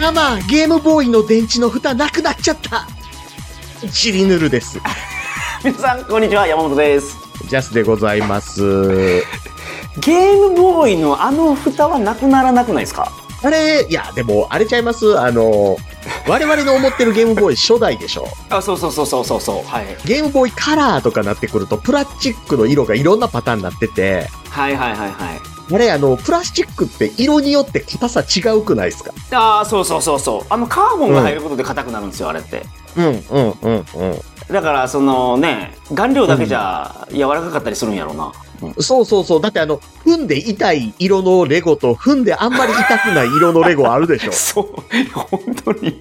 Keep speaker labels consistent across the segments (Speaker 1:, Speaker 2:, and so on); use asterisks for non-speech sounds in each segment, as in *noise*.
Speaker 1: ママ、ゲームボーイの電池の蓋なくなっちゃった。チリヌルです。
Speaker 2: 皆さんこんにちは山本です
Speaker 1: ジャスでございます。
Speaker 2: ゲームボーイのあの蓋はなくならなくないですか
Speaker 1: あれ、いや、でも、あれちゃいますあの、我々の思ってるゲームボーイ初代でしょ。
Speaker 2: あそうそうそうそうそうそうはい、
Speaker 1: ゲームボーイカラーとかなってくると、プラスチックの色がいろんなパターンになってて、
Speaker 2: はいはいはいはい
Speaker 1: あれ、あの、プラスチックって色によって硬さ違うくないですか
Speaker 2: ああそうそうそうそうあのカーボンが入ることで硬くなるんですよ、あれって
Speaker 1: うん、うん、うん、うん。
Speaker 2: だからそのね顔料だけじゃ柔らかかったりするんやろうな、うん。
Speaker 1: そうそうそう。だってあの、踏んで痛い色のレゴと、踏んであんまり痛くない色のレゴあるで *laughs* しょ
Speaker 2: そう本当に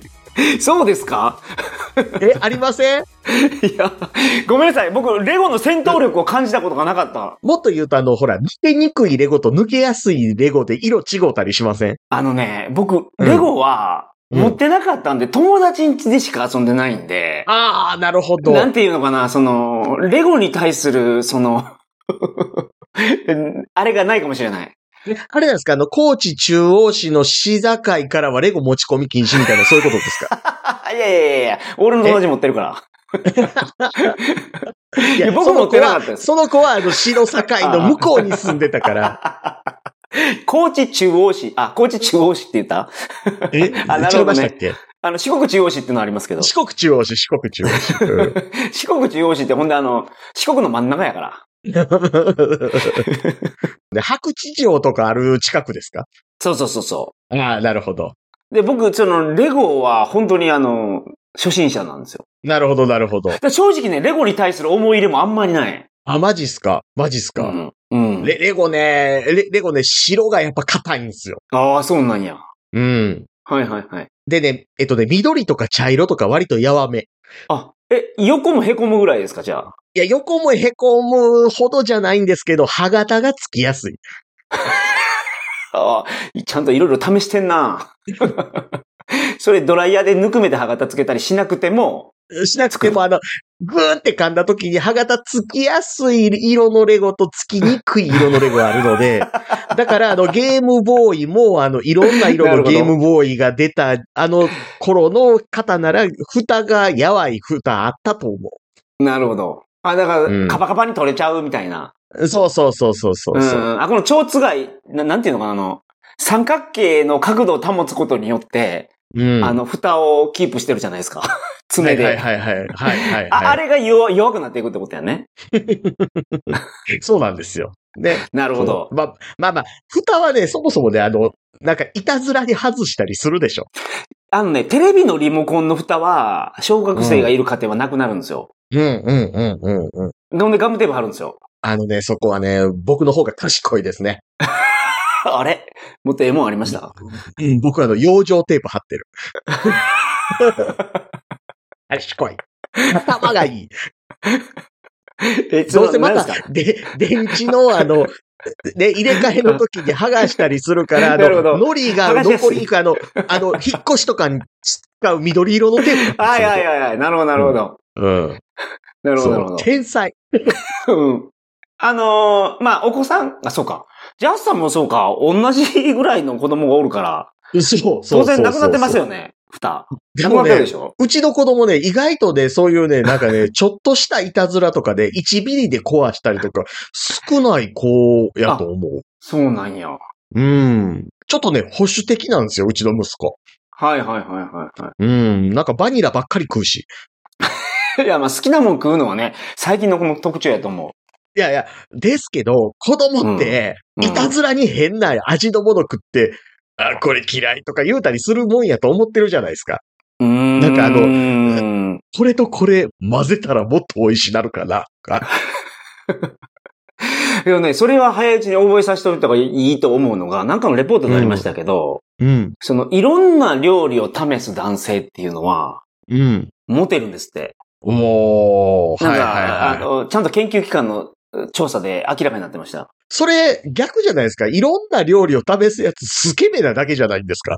Speaker 2: そうですか
Speaker 1: え、ありません
Speaker 2: いやごめんなさい僕レゴの戦闘力を感じたことがなかった
Speaker 1: もっと言うとあの、ほら、抜けにくいレゴと抜けやすいレゴで色違うたりしません
Speaker 2: あのね僕
Speaker 1: うん
Speaker 2: レゴは
Speaker 1: うん
Speaker 2: 持ってなかったんで、友達ん家でしか遊んでないんで、
Speaker 1: ああ、なるほど。
Speaker 2: なんていうのかな、その、レゴに対する、その、 *laughs* あれがないかもしれない。 *laughs*
Speaker 1: あれなんですかあの、高知中央市の市境からはレゴ持ち込み禁止みたいな、そういうことです
Speaker 2: *laughs*
Speaker 1: か
Speaker 2: いやいやいやいや、俺の友達持ってるから。
Speaker 1: い
Speaker 2: いや僕持ってなかったです
Speaker 1: その子は、その子はあの、白境の向こうに住んでたから。
Speaker 2: 高知中央市、あ、高知中央市って言った
Speaker 1: え
Speaker 2: あなる
Speaker 1: 違い
Speaker 2: ほど
Speaker 1: ま
Speaker 2: ね
Speaker 1: したっけ
Speaker 2: あの、四国中央市ってのありますけど、
Speaker 1: 四国中央市、四国中央市。うん
Speaker 2: 四国中央市ってほんであの、四国の真ん中やから。
Speaker 1: で、白地城とかある近くですか
Speaker 2: そうそうそうそ
Speaker 1: ああ、なるほど。
Speaker 2: う。で、僕、その、レゴは本当にあの、初心者なんですよ。
Speaker 1: なるほど、なるほど
Speaker 2: だ。から正直ね、レゴに対する思い入れもあんまりない。
Speaker 1: あ、マジっすかマジっす
Speaker 2: う
Speaker 1: か、
Speaker 2: ん。うん。
Speaker 1: レレゴねレ、レゴね、白がやっぱ硬いんですよ。
Speaker 2: ああ、そうなんや。
Speaker 1: うん。
Speaker 2: はいはいはい。
Speaker 1: でね、えっとね、緑とか茶色とか割とやわめ。
Speaker 2: あ、え、横も凹むぐらいですか、じゃあ。
Speaker 1: いや、横もへこむほどじゃないんですけど、歯型がつきやすい。
Speaker 2: あーちゃんといろいろ試してん *laughs* な。それドライヤーでぬくめて歯型つけたりしなくても、
Speaker 1: しなくても、あの、ぐーんって噛んだ時に歯型つきやすい色のレゴとつきにくい色のレゴがあるので、だからあのゲームボーイもあのいろんな色
Speaker 2: なる
Speaker 1: の
Speaker 2: ほど
Speaker 1: ゲームボーイが出たあの頃の方なら蓋がやわい蓋あったと思
Speaker 2: なるほど。あ、だか
Speaker 1: うん
Speaker 2: ら、カパカパに取れちゃうみたいな。
Speaker 1: う。そうそうそうそうそううんそう。
Speaker 2: うん。あ、この蝶つがい、ななんていうのかな、あの、三角形の角度を保つことによって、
Speaker 1: うん
Speaker 2: あの、蓋をキープしてるじゃないですか。 *laughs*
Speaker 1: はい
Speaker 2: 爪で。
Speaker 1: はいはいはい。はい *laughs* はい
Speaker 2: ああ
Speaker 1: は
Speaker 2: れが弱弱くなっていくってことやね。
Speaker 1: い。そうなんですよ。ね。
Speaker 2: なるほど
Speaker 1: そ。うまあまあまあ、蓋はね、そもそもね、あの、なんか、いたずらに外したりするでしょ。
Speaker 2: あのね、テレビのリモコンの蓋は、小学生がいる家庭はなくなるんですよ。
Speaker 1: うん、うん、うん、うん、うん。
Speaker 2: ほんでガムテープ貼るんですよ。
Speaker 1: あのね、そこはね、僕の方が賢いですね。
Speaker 2: あれもっとええもんありました
Speaker 1: うん、僕はあの、養生テープ貼 *laughs* ってる。あれ、賢い。頭がいい。
Speaker 2: え、
Speaker 1: どうせま
Speaker 2: 何
Speaker 1: た
Speaker 2: ですか、
Speaker 1: で、 *laughs* 電池のあの、で、入れ替えの時に剥がしたりするから、あ
Speaker 2: なるほど
Speaker 1: の、ノリが
Speaker 2: 剥がしやすい
Speaker 1: 残りにくい、あの、あの、引っ越しとかに使う緑色のテープ。
Speaker 2: はいはいはいはい。なるほどなるほど。
Speaker 1: うん。
Speaker 2: なるほどなる
Speaker 1: そ
Speaker 2: ほ
Speaker 1: う、天才。
Speaker 2: ど。うん。あのー、まあ、お子さん、あ、そうか。ジャスさんもそうか。同じぐらいの子供がおるから、
Speaker 1: そう、
Speaker 2: 当然なくなってます
Speaker 1: よ。
Speaker 2: よね。蓋。
Speaker 1: で
Speaker 2: なくな
Speaker 1: も
Speaker 2: ってる
Speaker 1: ね
Speaker 2: で、しょ
Speaker 1: うちの子供ね、意外とね、そういうね、なんかね、 *laughs* ちょっとしたいたずらとかで、1ミリで壊したりとか、少ない子やと思う。
Speaker 2: そうなんや。
Speaker 1: うん。ちょっとね、保守的なんですよ、うちの息子。
Speaker 2: はいはいはいはいは
Speaker 1: うん。なんかバニラばっかり食うし。
Speaker 2: い。いや、まあ、好きなもん食うのはね、最近のこの特徴やと思
Speaker 1: いやいや、ですけど、子供って、
Speaker 2: う。うん
Speaker 1: いたずらに変な味のもの食って、あ、これ嫌いとか言うたりするもんやと思ってるじゃないですか。
Speaker 2: うーん。
Speaker 1: なんかあの
Speaker 2: の、
Speaker 1: これとこれ混ぜたらもっと美味しなるかな。あ
Speaker 2: でもね、それは早いうちに覚えさせておいた方がいいと思うのが、なんかのレポートでありましたけど、
Speaker 1: うん。
Speaker 2: その、いろんな料理を試す男性っていうのは、
Speaker 1: うん。
Speaker 2: モテるんですって。
Speaker 1: おー。
Speaker 2: な
Speaker 1: は
Speaker 2: ん
Speaker 1: い
Speaker 2: か、
Speaker 1: はい
Speaker 2: あ
Speaker 1: はい。
Speaker 2: の、ちゃんと研究機関のう調査で明らかになってました。
Speaker 1: それ、逆じゃないですか。いろんな料理を試すやつ、スケベなだけじゃないんですか。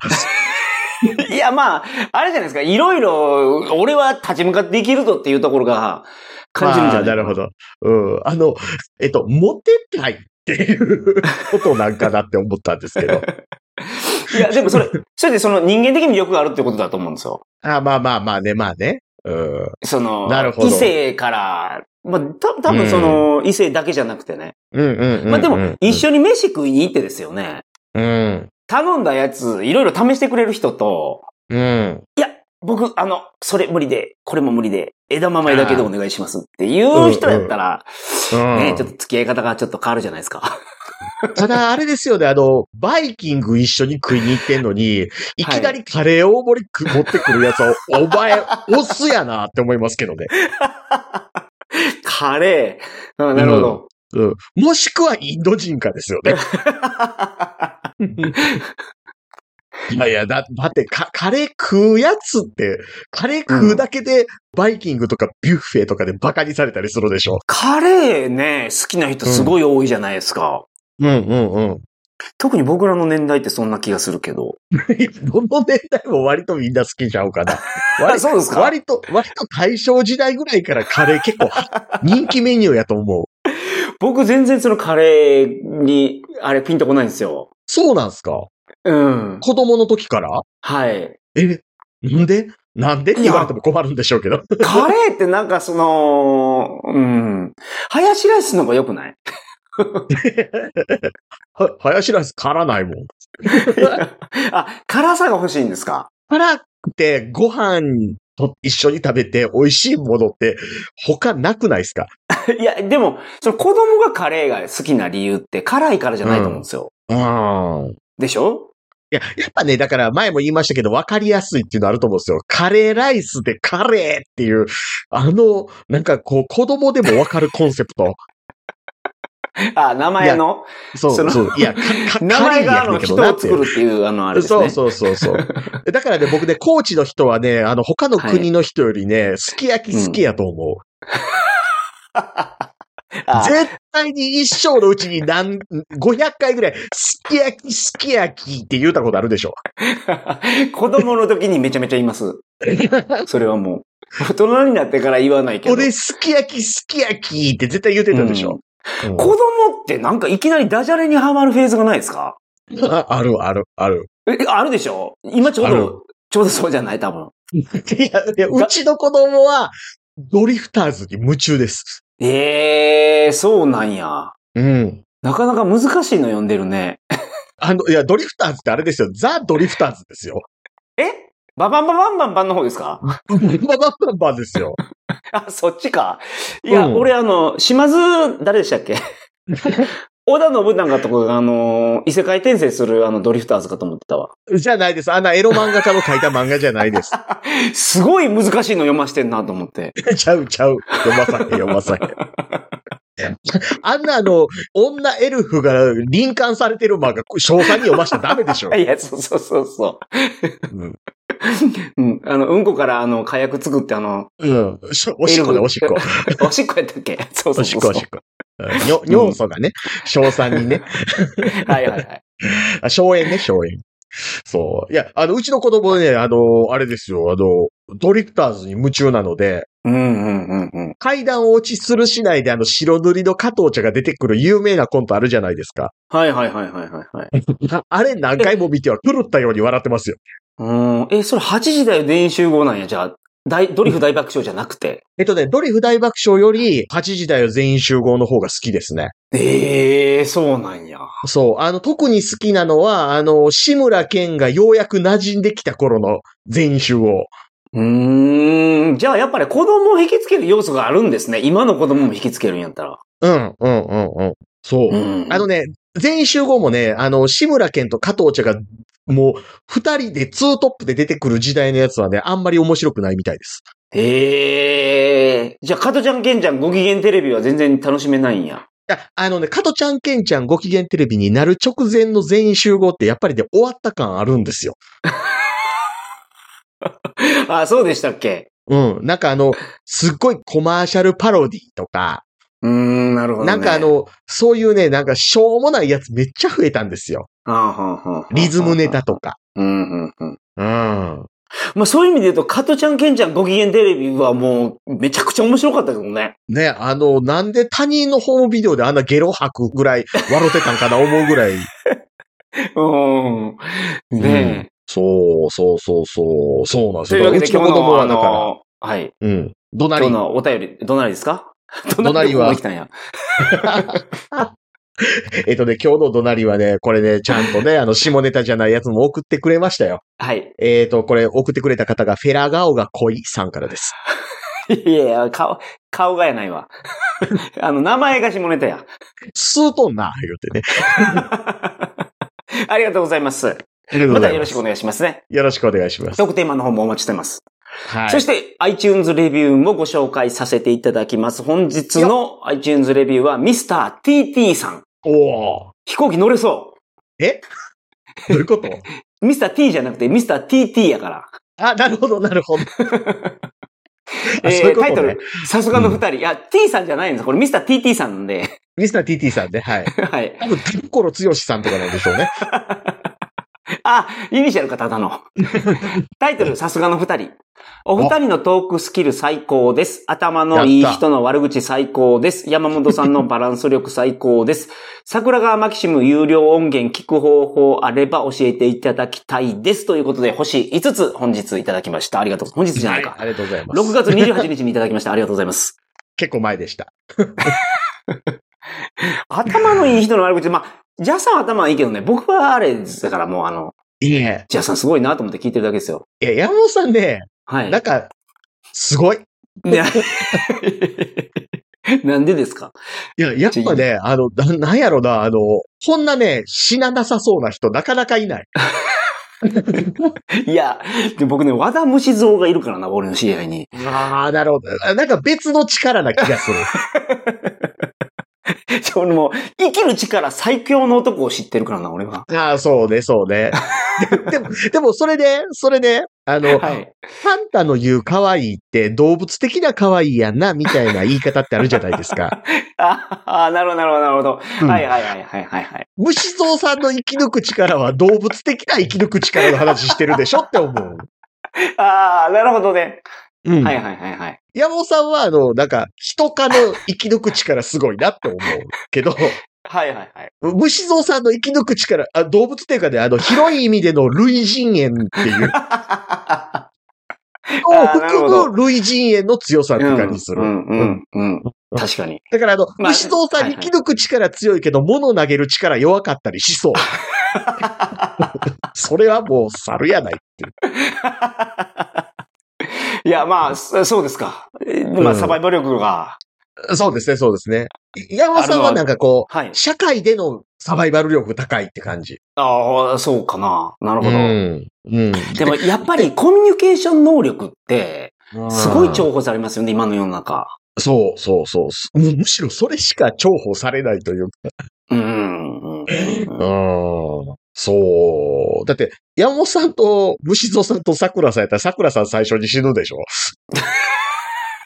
Speaker 2: いや、まあ、あれじゃないですか、いろいろ、俺は立ち向かっていけるぞっていうところが感じるんじゃない
Speaker 1: まあなるほど。うん。あの、えっ
Speaker 2: *laughs*
Speaker 1: と、モテたいっていうことなんかなって思ったんですけど。
Speaker 2: いや、でもそれ、それでその人間的魅力があるってことだと思うんですよ。
Speaker 1: あ、まあまあまあね、まあね。うん。
Speaker 2: その、
Speaker 1: なるほど
Speaker 2: 異性から、まあ、た多分その、異性だけじゃなくてね。
Speaker 1: うんうんうんうん。
Speaker 2: まあでも、一
Speaker 1: 緒。
Speaker 2: 緒に飯食いに行ってですよね。
Speaker 1: うん。
Speaker 2: 頼んだやつ、いろいろ試してくれる人と、
Speaker 1: うん。
Speaker 2: いや、僕、あの、それ無理で、これも無理で、枝豆だけでお願いしますっていう人やったら、ね、ちょっと付き合い方がちょっと変わるじゃないですか。 *laughs*
Speaker 1: ただ、あれですよね、あの、バイキング一緒に食いに行ってんのに、いきなりカレー大盛りく持ってくるやつは、お前、オスやなって思いますけどね。
Speaker 2: カレー。あなるほど。
Speaker 1: うん。もしくはインド人かですよね。いやいや、だ、だって、か、カレー食うやつって、カレー食うだけで、バイキングとかビュッフェとかでバカにされたりするでしょ。
Speaker 2: カレーね、好きな人すごい多いじゃないですか。
Speaker 1: うんうんうん。
Speaker 2: 特に僕らの年代ってそんな気がするけど。
Speaker 1: *laughs* どの年代も割とみんな好きちゃう
Speaker 2: *laughs*
Speaker 1: かな。割
Speaker 2: そうです
Speaker 1: 割と、割と大正時代ぐらいからカレー結構人気メニューやと思う。
Speaker 2: 僕全然そのカレーに、あれピンとこないんですよ。
Speaker 1: そうなんすか
Speaker 2: うん。
Speaker 1: 子供の時から
Speaker 2: はい。
Speaker 1: え、なんでなんでって言われても困るんでしょうけど。 *laughs*
Speaker 2: カレーってなんかその、うん。ハヤシライスの方が良くない
Speaker 1: は、林ライス辛ないもん。
Speaker 2: あ、辛さが欲しいんですか
Speaker 1: 辛くてご飯と一緒に食べて美味しいものって他なくないですか
Speaker 2: *laughs* いや、でも、その子供がカレーが好きな理由って辛いからじゃないと思うんですよ。
Speaker 1: うん。い
Speaker 2: でしょ *laughs*
Speaker 1: や、やっぱね、だから前も言いましたけど分かりやすいっていうのあると思うんですよ。カレーライスでカレーっていう、あの、なんかこう子供でも分かるコンセプト。
Speaker 2: *laughs* あ、名前の、
Speaker 1: そう
Speaker 2: その
Speaker 1: そう。いや、か
Speaker 2: *laughs*
Speaker 1: か
Speaker 2: 名前があの人を作るっていう、あの、あれですね。
Speaker 1: そうそうそうそう。だからね、僕ね、高知の人はね、あの、他の国の人よりね、すき焼き好きやと思う。
Speaker 2: あ
Speaker 1: 絶対に一生のうちに何、500回ぐらい、すき焼き、すき焼きって言うたことあるでしょ。
Speaker 2: *laughs* 子供の時にめちゃめちゃ言
Speaker 1: *laughs*
Speaker 2: います。それはもう。大人になってから言わないけど。
Speaker 1: 俺、すき焼き、すき焼きって絶対言うてたでしょ。うん
Speaker 2: 子供ってなんかいきなりダジャレにハマるフェーズがないですか
Speaker 1: *laughs* あある、ある、ある。
Speaker 2: え、あるでしょ今ちょう
Speaker 1: ある
Speaker 2: ど、ちょうどそうじゃない多分。
Speaker 1: *laughs* いや、いやうちの子供は、ドリフターズに夢中です。
Speaker 2: ええー、そうなんや。
Speaker 1: うん。
Speaker 2: なかなか難しいの読んでるね。
Speaker 1: あの、いや、ドリフターズってあれですよ。ザ・ドリフターズですよ。
Speaker 2: えババンババンバンバンの方ですか
Speaker 1: バババババですよ。
Speaker 2: あ、そっちか。いや、
Speaker 1: うん
Speaker 2: 俺あの、島津、誰でした
Speaker 1: *laughs*
Speaker 2: っけ織田信長とかが、あの、異世界転生するあのドリフターズかと思ってたわ。
Speaker 1: *laughs* じゃないです。あんなエロ漫画家の書いた漫画じゃない *laughs* です。
Speaker 2: すごい難しいの読ましてんなと思って。
Speaker 1: ちゃうちゃう。読まさへん、読まさへん。 *laughs* あんなあの、女エルフが林間されてる漫画、詳細に読ましちゃダメでしょ。
Speaker 2: いや、そうそうそうそ
Speaker 1: うん。
Speaker 2: う。うん。あの、うんこからあの、火薬作ってあの、
Speaker 1: うん。しょおしっこね、おしっこ。
Speaker 2: *laughs* おしっこやったっけそう
Speaker 1: お
Speaker 2: そう
Speaker 1: し
Speaker 2: そ
Speaker 1: っこ、
Speaker 2: うそう。
Speaker 1: おしっこ。うんよ尿素がね、硝酸にね、
Speaker 2: はいはいはい。
Speaker 1: あ硝 *laughs* 煙ね、硝煙。そう。いや、あの、うちの子供ね、あの、あれですよ、あの、ドリフターズに夢中なので、
Speaker 2: うんうんうんうん。
Speaker 1: 階段落ちするしないであの白塗りの加藤茶が出てくる有名なコントあるじゃないですか。
Speaker 2: はいはいはいはいはいはい。
Speaker 1: ああれ何回も見ては狂ったように笑ってますよ。
Speaker 2: うん。え、それ8時だよ、全員集合なんや、じゃあ。大、ドリフ大爆笑じゃなくて。
Speaker 1: *laughs* えっとね、ドリフ大爆笑より8時代を全員集合の方が好きですね。
Speaker 2: ええそうなんや。
Speaker 1: そう。あの、特に好きなのは、あの、志村けんがようやく馴染んできた頃の全員集合。
Speaker 2: うーん。じゃあやっぱり子供を引きつける要素があるんですね。今の子供も引きつけるんやったら。
Speaker 1: うん、うん、うん、うん。そうう。
Speaker 2: ん。
Speaker 1: あのね、全員集合もね、あの、志村けんと加藤茶が、もう、二人でツートップで出てくる時代のやつはね、あんまり面白くないみたいです。
Speaker 2: ええじゃあ、加トちゃん、ケンちゃん、ご機嫌テレビは全然楽しめないんや。
Speaker 1: いや、あのね、加藤ちゃん、けんちゃん、ご機嫌テレビになる直前の全員集合って、やっぱりね、終わった感あるんですよ。
Speaker 2: あ、そうでしたっけ
Speaker 1: うん。なんかあの、すっごいコマーシャルパロディとか、
Speaker 2: うーん、なるほど、ね。
Speaker 1: なんかあ、の、そういうね、なんかしょうもないやつめっちゃ増えたんですよ。
Speaker 2: ああはあはあ
Speaker 1: リズムネ。タとか。
Speaker 2: うん、うん、うん。
Speaker 1: うん。
Speaker 2: まあ、そういう意味で言うと、加トちゃん、ケンちゃん、ご機嫌テレビはもう、めちゃくちゃ面白かったけどね。
Speaker 1: ね、あの、なんで他人のホームビデオであんなゲロ吐くぐらい笑ってたんかな思うぐらい。
Speaker 2: うん。ねえ。
Speaker 1: そう、そう、そう、そう、そうなんです
Speaker 2: とい
Speaker 1: よ。
Speaker 2: うわけ
Speaker 1: う
Speaker 2: で
Speaker 1: ちの
Speaker 2: 今
Speaker 1: 子
Speaker 2: 日
Speaker 1: 供
Speaker 2: の、
Speaker 1: は
Speaker 2: あ
Speaker 1: だから、
Speaker 2: の、はい。
Speaker 1: うん。怒鳴
Speaker 2: 今
Speaker 1: り。
Speaker 2: 日のお便り、どなりです
Speaker 1: *laughs*
Speaker 2: か
Speaker 1: どなりは
Speaker 2: どなり来たんや。
Speaker 1: えっとね、今日の怒鳴りはね、これね、ちゃんと
Speaker 2: *laughs*
Speaker 1: ね、あの、下ネタじゃないやつも送ってくれましたよ。
Speaker 2: はい。
Speaker 1: えっ、と、これ送ってくれた方が、フェラ顔が濃いさんからです。
Speaker 2: いやいや、顔、顔がやな
Speaker 1: *laughs*
Speaker 2: いわ。あの、名前が下ネタや。
Speaker 1: スーとんな、言うてね。
Speaker 2: ありがとうございます。
Speaker 1: ありがとうご
Speaker 2: *laughs* ま
Speaker 1: ざ
Speaker 2: た
Speaker 1: い
Speaker 2: よろ
Speaker 1: ま
Speaker 2: し
Speaker 1: す
Speaker 2: くお願いしますね。
Speaker 1: よろしくお願いします。
Speaker 2: トークテーマの方もお待ちしてます。
Speaker 1: はい。
Speaker 2: そして、iTunes レビューもご紹介させていただきます。本日の iTunes レビューは Mr.TT さん。
Speaker 1: おー
Speaker 2: 飛行機乗れそ
Speaker 1: えどういうこと
Speaker 2: う。Mr.T じゃなくて Mr.TT やから。
Speaker 1: あ、なるほど、なる
Speaker 2: *laughs*
Speaker 1: ほど。あ
Speaker 2: え
Speaker 1: そういうこ
Speaker 2: ー
Speaker 1: と
Speaker 2: タイト
Speaker 1: ね
Speaker 2: ル、さすがの二人。いや、T さんじゃないんです。これ Mr.TT さんなんで。 *laughs*
Speaker 1: ミスター TT さんね、はい。
Speaker 2: はい。
Speaker 1: 多分、タコロツヨシさんとかなんでしょうね。
Speaker 2: あ、イニシャルか、ただの。タイトル、さすがの二人。お二人のトークスキル最高です。頭のいい
Speaker 1: やった
Speaker 2: 人の悪口最高です。山本さんのバランス力最高です。桜川マキシム有料音源聞く方法あれば教えていただきたいです。ということで、星5つ本日いただきました。ありがとうございます。本日じゃないか。
Speaker 1: はいありがとうございます。
Speaker 2: 6月28日にいただきました。ありがとうございます。
Speaker 1: 結構前でした。
Speaker 2: 頭のいい人の悪口、まあ、ジャさん頭はいいけどね、僕はあれですだからもうあの、
Speaker 1: いいね。
Speaker 2: ジャさんすごいなと思って聞いてるだけですよ。
Speaker 1: いや、山本さんね、
Speaker 2: はい。
Speaker 1: なんか、すごい。
Speaker 2: いや *laughs* なんでですか
Speaker 1: いや、やっぱね、あの、ななんやろな、あの、こんなね、死ななさそうな人、なかなかいない。
Speaker 2: いや、で僕ね、和田虫蔵がいるからな、俺の知り合いに。
Speaker 1: ああ、なるほど。あなんか別の力な気が
Speaker 2: *laughs*
Speaker 1: する。
Speaker 2: 俺も、生きる力最強の男を知ってるからな、俺は。
Speaker 1: ああ、そうね、そう
Speaker 2: *laughs*
Speaker 1: ね。でも、でも、それで、それで、あの、
Speaker 2: はい。
Speaker 1: パンタの言う可愛いって動物的な可愛いやんな、みたいな言い方ってあるじゃないです
Speaker 2: *laughs*
Speaker 1: か。
Speaker 2: あ *laughs* あ、なるほど、なるほど、なるほど。
Speaker 1: うん
Speaker 2: はいはいはいはいはいはい。
Speaker 1: 虫蔵さんの生き抜く力は動物的な生き抜く力の話してるでしょって思う。
Speaker 2: ああ、なるほどね。
Speaker 1: うん。
Speaker 2: はいはいはいはい。
Speaker 1: 山本さんは、あの、なんか、人科の生き抜く力すごいなって思うけ
Speaker 2: *laughs*
Speaker 1: ど、
Speaker 2: はいはいはい。
Speaker 1: 虫蔵さんの生き抜く力、あ動物っていうかね、あの、広い意味での類人猿って
Speaker 2: *laughs*
Speaker 1: いう、を
Speaker 2: なるほ
Speaker 1: 含
Speaker 2: ど
Speaker 1: む類人猿の強さって感じする。
Speaker 2: *laughs* うん、うん、うん。うん確かに。
Speaker 1: だから、あの、
Speaker 2: まあ
Speaker 1: 虫蔵さん生き抜く力強いけど、物投げる力弱かったりしそう。 *laughs* それはもう猿やないっていう。
Speaker 2: いや、まあ、そそうですか。えまあ、
Speaker 1: うん
Speaker 2: サバイバル力が。
Speaker 1: そうですね、そうですね。い山本さんはなんかこ、。
Speaker 2: はいう
Speaker 1: 社会でのサバイバル力高いって感じ。
Speaker 2: ああ、そうかな。なるほど。
Speaker 1: うん。うん。
Speaker 2: でもやっぱりコミュニケーション能力って、すごい重
Speaker 1: 重
Speaker 2: 宝されますよね、今の世の中。
Speaker 1: そう、そう、そうそう。むむしろそれしか重宝されないというか。
Speaker 2: うんうんうんうん。
Speaker 1: うん。そう。だって、山本さんと虫蔵さんと桜さんやったら桜さん最初に死ぬでしょ
Speaker 2: い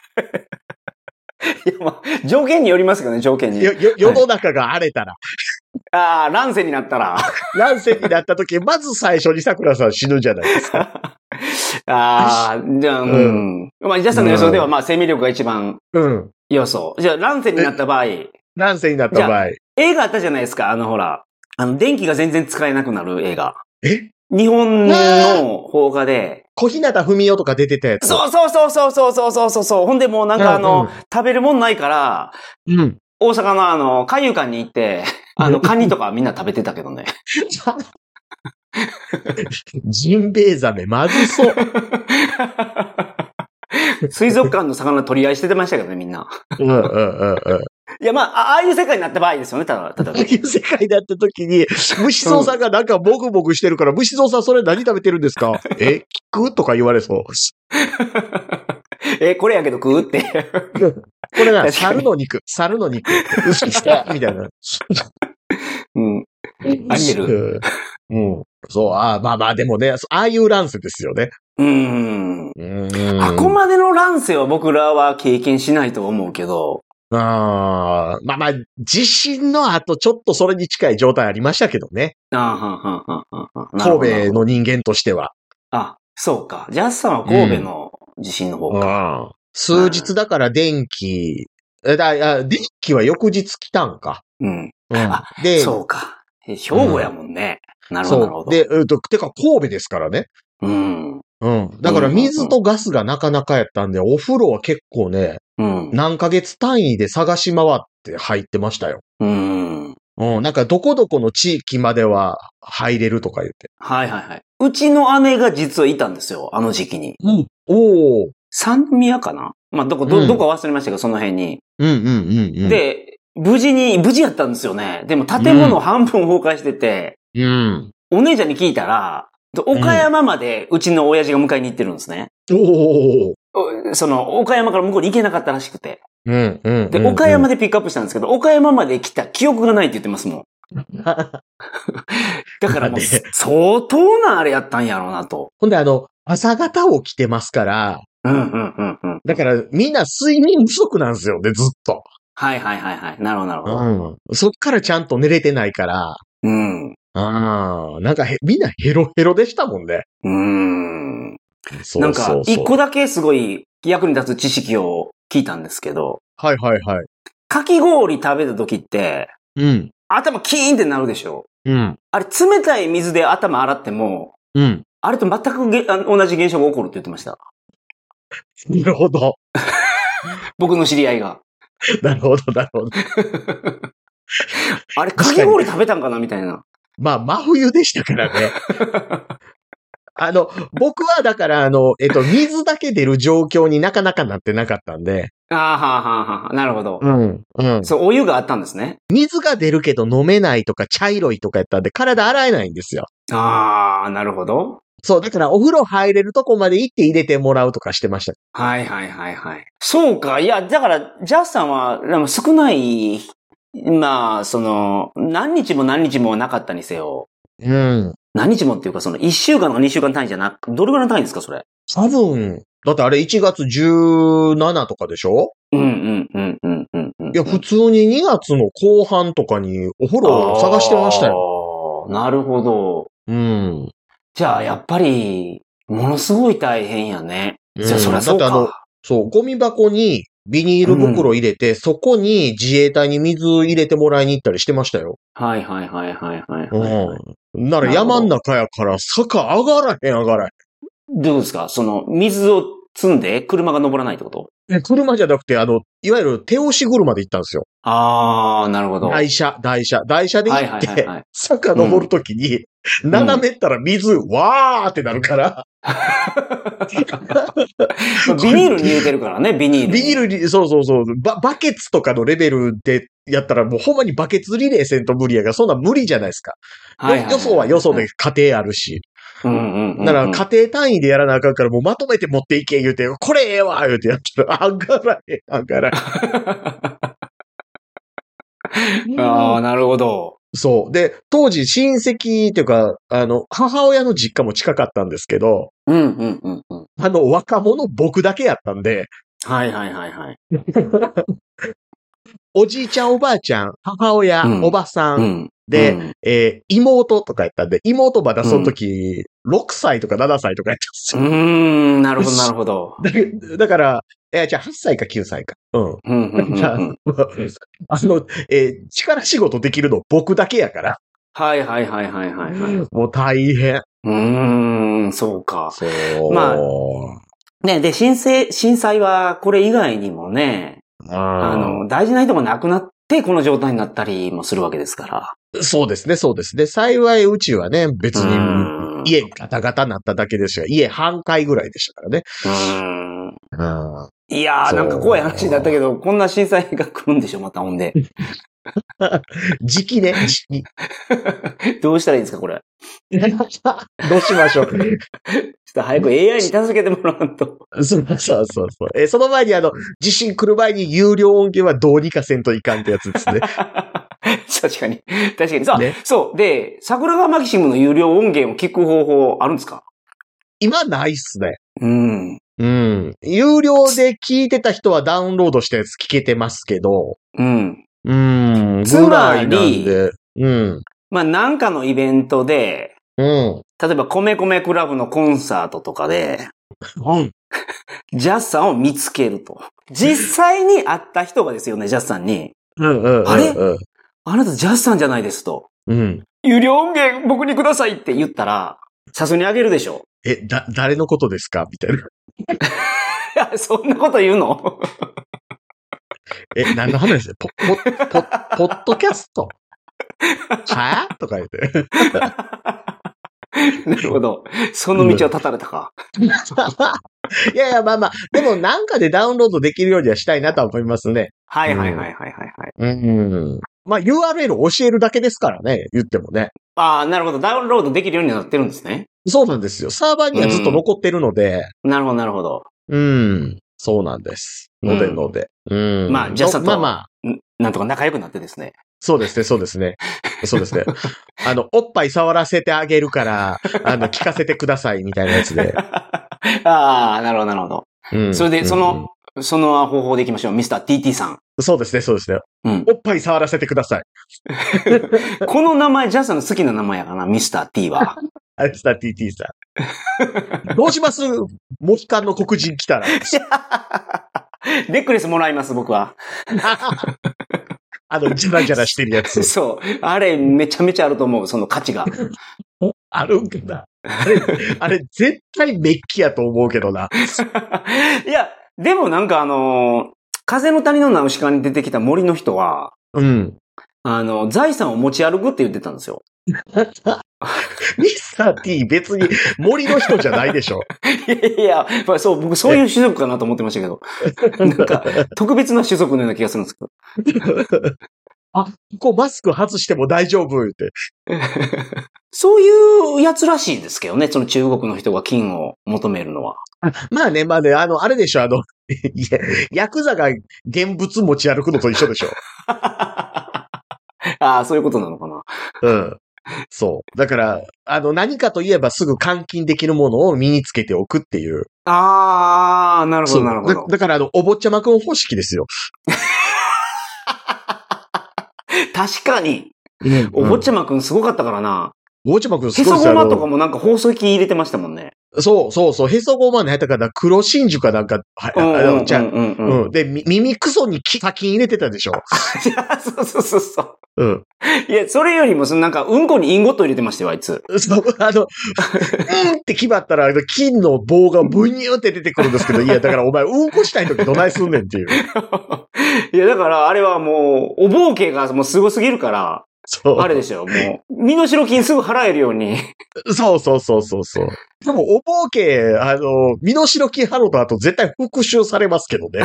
Speaker 2: やまあ *laughs* 条件によりますけどね、条件に
Speaker 1: よ。よ世の中が荒れたら。
Speaker 2: ああ、乱世になった *laughs* ら。あ
Speaker 1: 乱世になった時、まず最初に桜さん死ぬんじゃないですか。
Speaker 2: あ、じゃあ、うん。まあ、ジャスさんの予想では、まあ、生命力が一番
Speaker 1: うん。
Speaker 2: 要素。じゃあ、乱世になった場合、
Speaker 1: 乱世になった場合。
Speaker 2: 映画あったじゃないですか、あの、ほら、あの、電気が全然使えなくなる映画。
Speaker 1: え
Speaker 2: 日本の放火で、
Speaker 1: 小日向文雄とか出てたやつ。
Speaker 2: そうそうそうそうそうそうそうそうそう。ほんでもうなんかあの、
Speaker 1: うんうん
Speaker 2: 食べるもんないから、
Speaker 1: うん。
Speaker 2: 大阪のあの、海遊館に行って、
Speaker 1: *laughs*
Speaker 2: あの、カニとかみんな食べてたけ *laughs* どね。
Speaker 1: ジンベエザメ、まずそう。
Speaker 2: 水族館の魚取り合いしててましたけどね、みんな。
Speaker 1: うんうんうんうん。
Speaker 2: いや、まあ、あああいう世界になった場合ですよね、ただ、た *laughs* だ
Speaker 1: ああ。いう世界だった時に、虫蔵さんがなんかボクボクしてるから、虫蔵さんそれ何食べてるんですかえ聞くとか言われそう。
Speaker 2: え、これやけど食うって。
Speaker 1: これ
Speaker 2: 確か
Speaker 1: な、
Speaker 2: に
Speaker 1: 猿の肉、猿の肉。牛して、みたいな。
Speaker 2: うん。アニメル
Speaker 1: うん。うん。そう、ああ、まあまあ、でもね、そああいう乱世ですよね。
Speaker 2: うん。
Speaker 1: うん
Speaker 2: あこまでの乱世は僕らは経験しないと思うけど。
Speaker 1: あーまあまあ、地震の後、ちょっとそれに近い状態ありましたけどね。
Speaker 2: あはんはんはんはんはんなるほど
Speaker 1: 神戸の人間としては。
Speaker 2: あ、そうか。ジャスさんは神戸の地震の方か。
Speaker 1: うん数日だから電気、えだあ電気は翌日来たんか。
Speaker 2: うん。
Speaker 1: うん
Speaker 2: あ
Speaker 1: で、
Speaker 2: そうか。え兵庫やもんね。なるほど、なる
Speaker 1: そ
Speaker 2: ほ
Speaker 1: う。
Speaker 2: ど。
Speaker 1: で、えっと、てか神戸ですからね。
Speaker 2: うん。
Speaker 1: うん。だから水とガスがなかなかやったんで、お風呂は結構ね、
Speaker 2: うん。
Speaker 1: 何ヶ月単位で探し回って入ってましたよ。
Speaker 2: うん。
Speaker 1: うん。なんかどこどこの地域までは入れるとか言って。
Speaker 2: はいはいはい。うちの姉が実はいたんですよ、あの時期に。
Speaker 1: うん。おー。
Speaker 2: 三宮かなまあ、どこ、ど、
Speaker 1: うん
Speaker 2: どこか忘れましたけど、その辺に。
Speaker 1: うんうんうんうん。、
Speaker 2: で、無事に、無事やったんですよね。でも建物半分崩壊してて、
Speaker 1: うん。
Speaker 2: お姉ちゃんに聞いたら、岡山までうちの親父が迎えに行ってるんですね。
Speaker 1: おー。
Speaker 2: おその、岡山から向こうに行けなかったらしくて。
Speaker 1: うんうんうん。
Speaker 2: で、岡山でピックアップしたんですけど、岡山まで来た記憶がないって言ってますも
Speaker 1: *laughs*
Speaker 2: ん。だからもう、
Speaker 1: なんで
Speaker 2: 相当なあれやったんやろうなと。
Speaker 1: ほんであの、朝方起きてますから、
Speaker 2: うんうんうんうん。
Speaker 1: だからみんな睡眠不足なんですよね、ずっと。
Speaker 2: はいはいはいはい。なるほどなるほど。
Speaker 1: うん。そっからちゃんと寝れてないから、
Speaker 2: うん。
Speaker 1: ああ、なんかへ、みんなヘロヘロでしたもんね。
Speaker 2: うん。
Speaker 1: そ
Speaker 2: なん
Speaker 1: うそ
Speaker 2: か
Speaker 1: う、そう
Speaker 2: 一個だけすごい役に立つ知識を聞いたんですけど、
Speaker 1: はいはいはい。
Speaker 2: かき氷食べた時って、
Speaker 1: うん。
Speaker 2: 頭キーンってなるでしょ
Speaker 1: うん。
Speaker 2: あれ、冷たい水で頭洗っても、
Speaker 1: うん。
Speaker 2: あれと全くげあの同じ現象が起こるって言ってました。
Speaker 1: なるほど。 *laughs*
Speaker 2: 僕の知り合いが。
Speaker 1: なるほど、なるほど。
Speaker 2: あれ、かき氷食べたんかなみたいな。
Speaker 1: まあ、真冬でしたから *laughs* ね。あの、僕はだから、あの、えっと、水だけ出る状況になかなかなってなかったんで。
Speaker 2: あーはあはあはあなるほど。
Speaker 1: ん。うん。
Speaker 2: そう、お湯があったんですね。
Speaker 1: 水が出るけど飲めないとか茶色いとかやったんで、体洗えないんですよ。
Speaker 2: ああ、なるほど。
Speaker 1: そう、だからお風呂入れるとこまで行って入れてもらうとかしてました。
Speaker 2: はいはいはいはい。そうか。いや、だから、ジャスさんは、でも少ない、まあ、その、何日も何日もはなかったにせよ。
Speaker 1: うん。
Speaker 2: 何日もっていうか、その、1週間とか2週間単位じゃなく、どれぐらいの単位ですか、それ。
Speaker 1: 多分、だってあれ1月17とかでしょ
Speaker 2: うんうんうんうんうんう
Speaker 1: い
Speaker 2: ん。
Speaker 1: や、普通に2月の後半とかにお風呂を探してましたよ。
Speaker 2: よ。なるほど。
Speaker 1: うん。
Speaker 2: じゃあ、やっぱり、ものすごい大変やね。
Speaker 1: うん
Speaker 2: じゃあ、そりゃそう
Speaker 1: だってあの
Speaker 2: か。
Speaker 1: そう、ゴミ箱にビニール袋入れて、そこに自衛隊に水入れてもらいに行ったりしてましたよ。
Speaker 2: はいはいはいはいはい、
Speaker 1: う
Speaker 2: はい
Speaker 1: ん。なら山ん中やから坂上がらへん上がら
Speaker 2: どうですかその、水を積んで車が登らないってこと
Speaker 1: へん。車じゃなくて、あの、いわゆる手押し車で行ったんですよ。
Speaker 2: あー、なるほど。はい
Speaker 1: 台車、台車、台車で
Speaker 2: は
Speaker 1: 行
Speaker 2: い
Speaker 1: っ
Speaker 2: はい
Speaker 1: て、
Speaker 2: はい。
Speaker 1: 坂登るときに、斜めったら水、わーってなるから、
Speaker 2: *laughs* まあビニールに入れてるからね、ビニール。
Speaker 1: ビニールに、そうそうそう、ババケツとかのレベルでやったらもうほんまにバケツリレーせんと無理やが、そんなん無理じゃないですか。
Speaker 2: はいはい
Speaker 1: よそはよそで。家庭あるし。
Speaker 2: うんうんうんうん。
Speaker 1: だから
Speaker 2: *laughs*
Speaker 1: 家庭単位でやらなあかんから、もうまとめて持っていけ言うて、これええわ言うてやったら、 *laughs* あんがらへん、あんがらへん。
Speaker 2: あー、なるほど。
Speaker 1: そう。で、当時親戚というか、あの、母親の実家も近かったんですけど、
Speaker 2: うんうんうんうん。
Speaker 1: あの、若者僕だけやったんで、 *laughs*
Speaker 2: はいはいはいはい。
Speaker 1: おじいちゃんおばあちゃん、母親、
Speaker 2: うん
Speaker 1: おばさん、
Speaker 2: ん。
Speaker 1: で
Speaker 2: うん、
Speaker 1: えー妹とかやったんで、妹まだその時、6歳とか7歳とかやった
Speaker 2: うん
Speaker 1: で
Speaker 2: ーん、なるほどなるほ
Speaker 1: *laughs*
Speaker 2: ど。
Speaker 1: すよ。だだから、えーじゃあ8歳か9歳か。うん。
Speaker 2: うんうんうんうん。
Speaker 1: あの、えー力仕事できるの僕だけやから、
Speaker 2: はいはいはいはいはいはい。う
Speaker 1: もう大変。
Speaker 2: ーん、そうか。
Speaker 1: そう。
Speaker 2: まね、で、震災、震災はこれ以外にもね、あ
Speaker 1: あ
Speaker 2: の、大事な人が亡くなって、この状態になったりもするわけですから。
Speaker 1: の、そうですね、そうですね。幸い宇宙はね、別
Speaker 2: う
Speaker 1: に、
Speaker 2: ん
Speaker 1: 家ガタガタになっただけですよ。家半壊ぐらいでしたからね。
Speaker 2: う
Speaker 1: う
Speaker 2: ん
Speaker 1: ん
Speaker 2: いやー、
Speaker 1: そう
Speaker 2: なんか怖い話だったけど、こんな震災が来るんでしょ、またほんで。 *laughs*
Speaker 1: 時期 *laughs* ね、時期。
Speaker 2: どうしたらいいんですか、これ。
Speaker 1: どうしましょう。
Speaker 2: ちょっと早く AI に助けてもらわんと。 *laughs*
Speaker 1: そうそうそうそう。えーその前にあの、地震来る前に有料音源はどうにかせんといかんってやつです *laughs* ね。
Speaker 2: 確かに。確かに。そう、
Speaker 1: ね
Speaker 2: そう。で、桜川マキシムの有料音源を聞く方法あるんですか
Speaker 1: 今ないっすね。
Speaker 2: うん。
Speaker 1: うん。有料で聞いてた人はダウンロードしたやつ聞けてますけど。
Speaker 2: うん。
Speaker 1: うん。
Speaker 2: つ
Speaker 1: ぐ
Speaker 2: ま
Speaker 1: ら
Speaker 2: り
Speaker 1: いなんで。うん。
Speaker 2: まあ、なんかのイベントで、
Speaker 1: うん。
Speaker 2: 例えば、米米クラブのコンサートとかで、
Speaker 1: うん。
Speaker 2: ジャスさんを見つける
Speaker 1: *laughs*
Speaker 2: と。実際に会った人がですよね、ジャスさんに。
Speaker 1: うん。うん。
Speaker 2: あれ
Speaker 1: うん
Speaker 2: あなたジャスさんじゃないですと。
Speaker 1: うん。
Speaker 2: 有料音源僕にくださいって言ったら、さすがにあげるでしょ。
Speaker 1: え、だ、誰のことですかみたいな。
Speaker 2: *laughs* そんなこと言うの
Speaker 1: え、何の話でポポポポッドキャストはぁとか言って。
Speaker 2: *laughs* なるほど。その道を断たれたか。
Speaker 1: いやいや、まあまあ、でもなんかでダウンロードできるようにはしたいなとは思いますね。
Speaker 2: はいはいはいはいはい、はい。
Speaker 1: うん。まあ URL 教えるだけですからね、言ってもね。
Speaker 2: ああ、なるほど。ダウンロードできるようになってるんですね。
Speaker 1: そうなんですよ。サーバーにはずっと残ってるので、
Speaker 2: なるほどなるほど。
Speaker 1: うん。そうなんです。ので
Speaker 2: うん
Speaker 1: ので。うん。
Speaker 2: まあじゃあ佐藤
Speaker 1: まあまあ、
Speaker 2: んなんとか仲良くなってですね。
Speaker 1: そうですね、そうですね。そう *laughs* ですね。あの、おっぱい触らせてあげるから、あの、聞かせてください、みたいなやつで。
Speaker 2: *laughs* ああ、なるほどなるほど。
Speaker 1: うん
Speaker 2: それで、そ、
Speaker 1: うん
Speaker 2: の、その方法でいきましょう。ミスター TT さん。
Speaker 1: そうですね、そうですね。
Speaker 2: うん。
Speaker 1: おっぱい触らせてください。
Speaker 2: この名前、ジャスさんの好きな名前やからな、ミスター T *laughs* は。
Speaker 1: アイスター TT さ
Speaker 2: *laughs*
Speaker 1: ん。どうしますモヒカンの黒人来たら。
Speaker 2: ネックレスもらいます、僕 *laughs* は。
Speaker 1: あの、じゃらじゃらしてるやつ。
Speaker 2: そう。あれ、めちゃめちゃあると思う、その価値が。
Speaker 1: あるんかなあれ、
Speaker 2: *laughs*
Speaker 1: あれ、絶対メッキやと思うけどな。
Speaker 2: *laughs* いや、でもなんかあのー風の谷のナウシカに出てきた森の人は、 *laughs*
Speaker 1: うん。
Speaker 2: あの、財産を持ち歩くって言ってたんですよ。 *laughs*
Speaker 1: ミスター T 別に森の人じゃないでしょ。
Speaker 2: いやいや、まあそう、僕そういう種族かなと思ってましたけ
Speaker 1: *laughs*
Speaker 2: ど、なんか、特別な種族のような気がするんですけど。
Speaker 1: あ、こうマスク外しても大丈夫って。
Speaker 2: そういうやつらしいですけどね、その中国の人が金を求めるのは。
Speaker 1: まあね、まあね、あの、あれでしょ、あの、いやヤクザが現物持ち歩くのと一緒でしょ。
Speaker 2: ああ、そういうことなのかな。
Speaker 1: うん。そう。だから、あの、何かといえばすぐ換金できるものを身につけておくっていう。
Speaker 2: ああ、なるほ
Speaker 1: そ
Speaker 2: ど、
Speaker 1: う
Speaker 2: なるほ
Speaker 1: だ *laughs*
Speaker 2: ど。
Speaker 1: だから、あの、お坊ちゃまくん方式ですよ。
Speaker 2: 確かに、お
Speaker 1: うん
Speaker 2: 坊ちゃまくんすごかったからな。
Speaker 1: お坊ちゃまくんす
Speaker 2: へ
Speaker 1: ごい
Speaker 2: そ
Speaker 1: ですよ
Speaker 2: ご
Speaker 1: あ
Speaker 2: ま
Speaker 1: の
Speaker 2: とかもなんか放送機入れてましたもんね。
Speaker 1: そうそうそう。へそごまのやったから、黒真珠かなんか、は
Speaker 2: うん
Speaker 1: あ
Speaker 2: うん
Speaker 1: のじゃあ
Speaker 2: うんうんうん。
Speaker 1: うん。で、み耳クソにき砂金入れてたで
Speaker 2: *laughs*
Speaker 1: しょ。
Speaker 2: いや、そうそうそうそ
Speaker 1: うん。
Speaker 2: う。いや、それよりも、そのなんか、うんこにインゴット入れてましたよ、あいつ。 *laughs*
Speaker 1: そう、あの、 *laughs* うんって決まったら、あの金の棒がブニューって出てくるんですけど、いや、だからお前、うんこしたい時どないすんねんっていう。
Speaker 2: いや、だから、あれはもう、おぼうけがもうすごすぎる
Speaker 1: *laughs*
Speaker 2: から、
Speaker 1: そう。
Speaker 2: あれですよ、もう、身の代金すぐ払えるように。 *laughs*
Speaker 1: そうそうそうそうそう。でも、おぼうけ、あの、身の代金払うと後、絶対復讐されますけど *laughs* ね。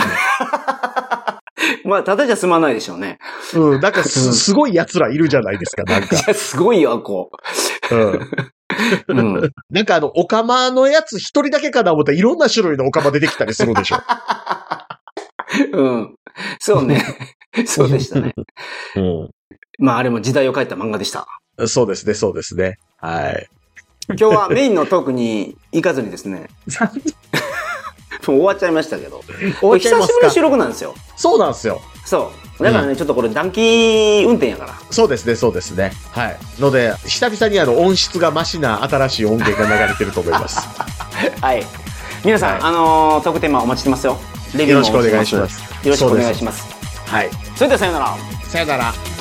Speaker 2: まあ、ただじゃ済まないでしょうね。
Speaker 1: うん、なんかす、すごい奴らいるじゃ *laughs* ないですか、なん *laughs*
Speaker 2: い
Speaker 1: か。
Speaker 2: や、すごいよ、こ
Speaker 1: うん。
Speaker 2: う。うん。
Speaker 1: なんかあの、オカマのやつ一人だけかな思ったらいろんな種類のオカマ出てきたりするでしょ。
Speaker 2: うん。そ
Speaker 1: *laughs*
Speaker 2: うね。そうでしたね。
Speaker 1: *laughs* う
Speaker 2: まあ、あれも時代を変えた漫画でした。
Speaker 1: ん。そうですね、そうですね。 *laughs* はい。
Speaker 2: 今日はメインのトークに行かずにですね、もう終わっちゃいましたけど。
Speaker 1: 終わっちゃいま
Speaker 2: 久し
Speaker 1: す
Speaker 2: ぶりの
Speaker 1: か
Speaker 2: 収録なんですよ。
Speaker 1: そうなんですよ。
Speaker 2: そう。だからね、ちょっとこれ暖気運転やから。
Speaker 1: そうですね、そうですね。はい。ので、久々にあの、音質がマシな新しい音源が流れてると思い *laughs* ます。
Speaker 2: はい。皆さん、
Speaker 1: はい
Speaker 2: あのー、トークテーマお待ちしてますよ。レビュ
Speaker 1: よ
Speaker 2: ー
Speaker 1: ろ
Speaker 2: も
Speaker 1: し
Speaker 2: お
Speaker 1: くお
Speaker 2: 待ち
Speaker 1: 願いします。
Speaker 2: よろしくお願いし
Speaker 1: ま
Speaker 2: ます。
Speaker 1: す。はい。
Speaker 2: それではさようなら。
Speaker 1: さよなら。